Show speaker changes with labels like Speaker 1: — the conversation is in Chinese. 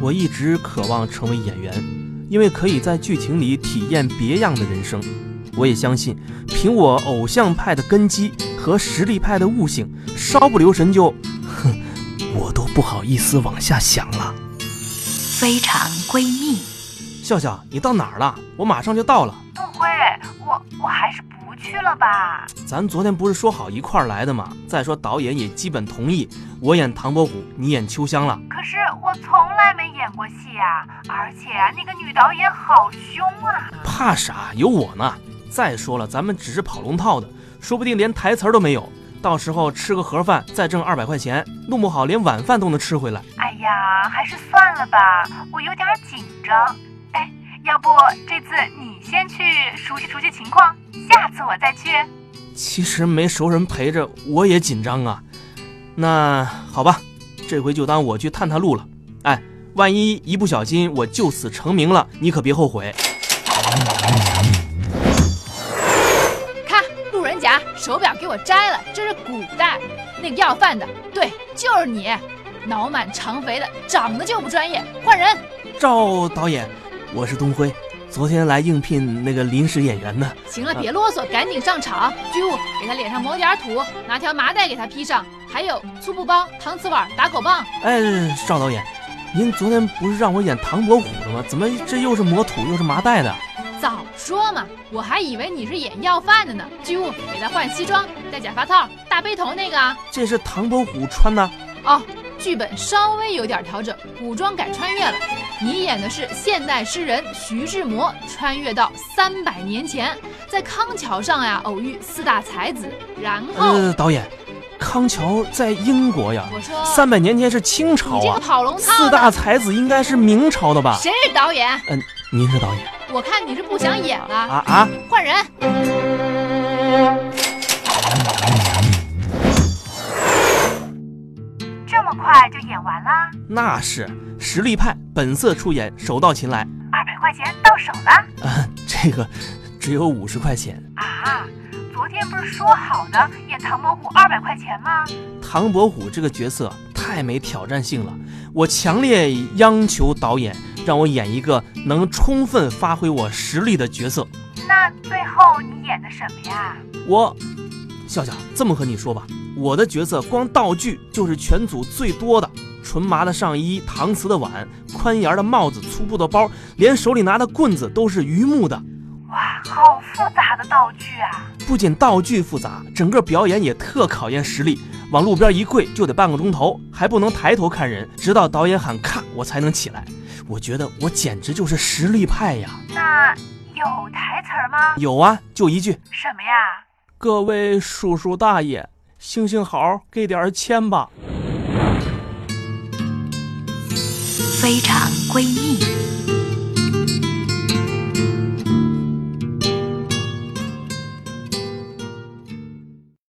Speaker 1: 我一直渴望成为演员，因为可以在剧情里体验别样的人生。我也相信，凭我偶像派的根基和实力派的悟性，稍不留神就， 哼，我都不好意思往下想了。
Speaker 2: 非常闺蜜，
Speaker 1: 笑笑，你到哪儿了？我马上就到了。
Speaker 3: 不会，我我还是不去了吧。
Speaker 1: 咱昨天不是说好一块儿来的吗？再说导演也基本同意，我演唐伯虎，你演秋香了。
Speaker 3: 可是我从来没演过戏呀、而且啊，那个女导演好凶啊。
Speaker 1: 怕啥？有我呢。再说了，咱们只是跑龙套的，说不定连台词儿都没有。到时候吃个盒饭，再挣二百块钱，弄不好连晚饭都能吃回来。
Speaker 3: 哎呀，还是算了吧，我有点紧张。哎，要不这次你先去熟悉熟悉情况，下次我再去。
Speaker 1: 其实没熟人陪着，我也紧张啊。那好吧，这回就当我去探探路了。哎，万一一不小心我就此成名了，你可别后悔。
Speaker 4: 看路人甲手表给我摘了，这是古代那个要饭的，对，就是你，脑满肠肥的，长得就不专业，换人。
Speaker 1: 赵导演，我是东辉，昨天来应聘那个临时演员的。
Speaker 4: 行了，别啰嗦，赶紧上场。居物给他脸上抹点土，拿条麻袋给他披上，还有粗布包、搪瓷碗、打狗棒。
Speaker 1: 哎，赵导演，您昨天不是让我演唐伯虎的吗？怎么这又是抹土又是麻袋的？
Speaker 4: 早说嘛，我还以为你是演要饭的呢。居物给他换西装，戴假发套，大背头那个啊。
Speaker 1: 这是唐伯虎穿的。
Speaker 4: 哦，剧本稍微有点调整，古装改穿越了。你演的是现代诗人徐志摩，穿越到三百年前，在康桥上呀偶遇四大才子，然后、
Speaker 1: 呃，导演，康桥在英国呀，
Speaker 4: 哦我说
Speaker 1: 三百年前是清朝
Speaker 4: 你这个
Speaker 1: 啊，
Speaker 4: 跑龙套
Speaker 1: 四
Speaker 4: 呢
Speaker 1: 大才子应该是明朝的吧？嗯
Speaker 4: 谁是导演？
Speaker 1: 您是导演
Speaker 4: 我看你是不想演
Speaker 1: 啊
Speaker 4: 了，
Speaker 1: 啊！
Speaker 4: 换人。
Speaker 3: 这么快就演完啦？
Speaker 1: 那是实力派，本色出演，手到擒来。
Speaker 3: 二百块钱到手了
Speaker 1: 啊，这个只有五十块钱。
Speaker 3: 啊！昨天不是说好的演唐伯虎二百块钱吗？
Speaker 1: 唐伯虎这个角色太没挑战性了，我强烈央求导演让我演一个能充分发挥我实力的角色。
Speaker 3: 那最后你演的什么呀？
Speaker 1: 我，笑笑，这么和你说吧，我的角色光道具就是全组最多的，纯麻的上衣、搪瓷的碗、宽檐的帽子、粗布的包，连手里拿的棍子都是榆木的。
Speaker 3: 哇，好复杂的道具啊！
Speaker 1: 不仅道具复杂，整个表演也特考验实力。往路边一跪就得半个钟头，还不能抬头看人，直到导演喊“咔”，我才能起来。我觉得我简直就是实力派呀！
Speaker 3: 那有台词儿吗？
Speaker 1: 有啊，就一句
Speaker 3: 什么呀？：“
Speaker 1: 各位叔叔大爷，行行好，给点儿钱吧。”
Speaker 2: 非常闺蜜。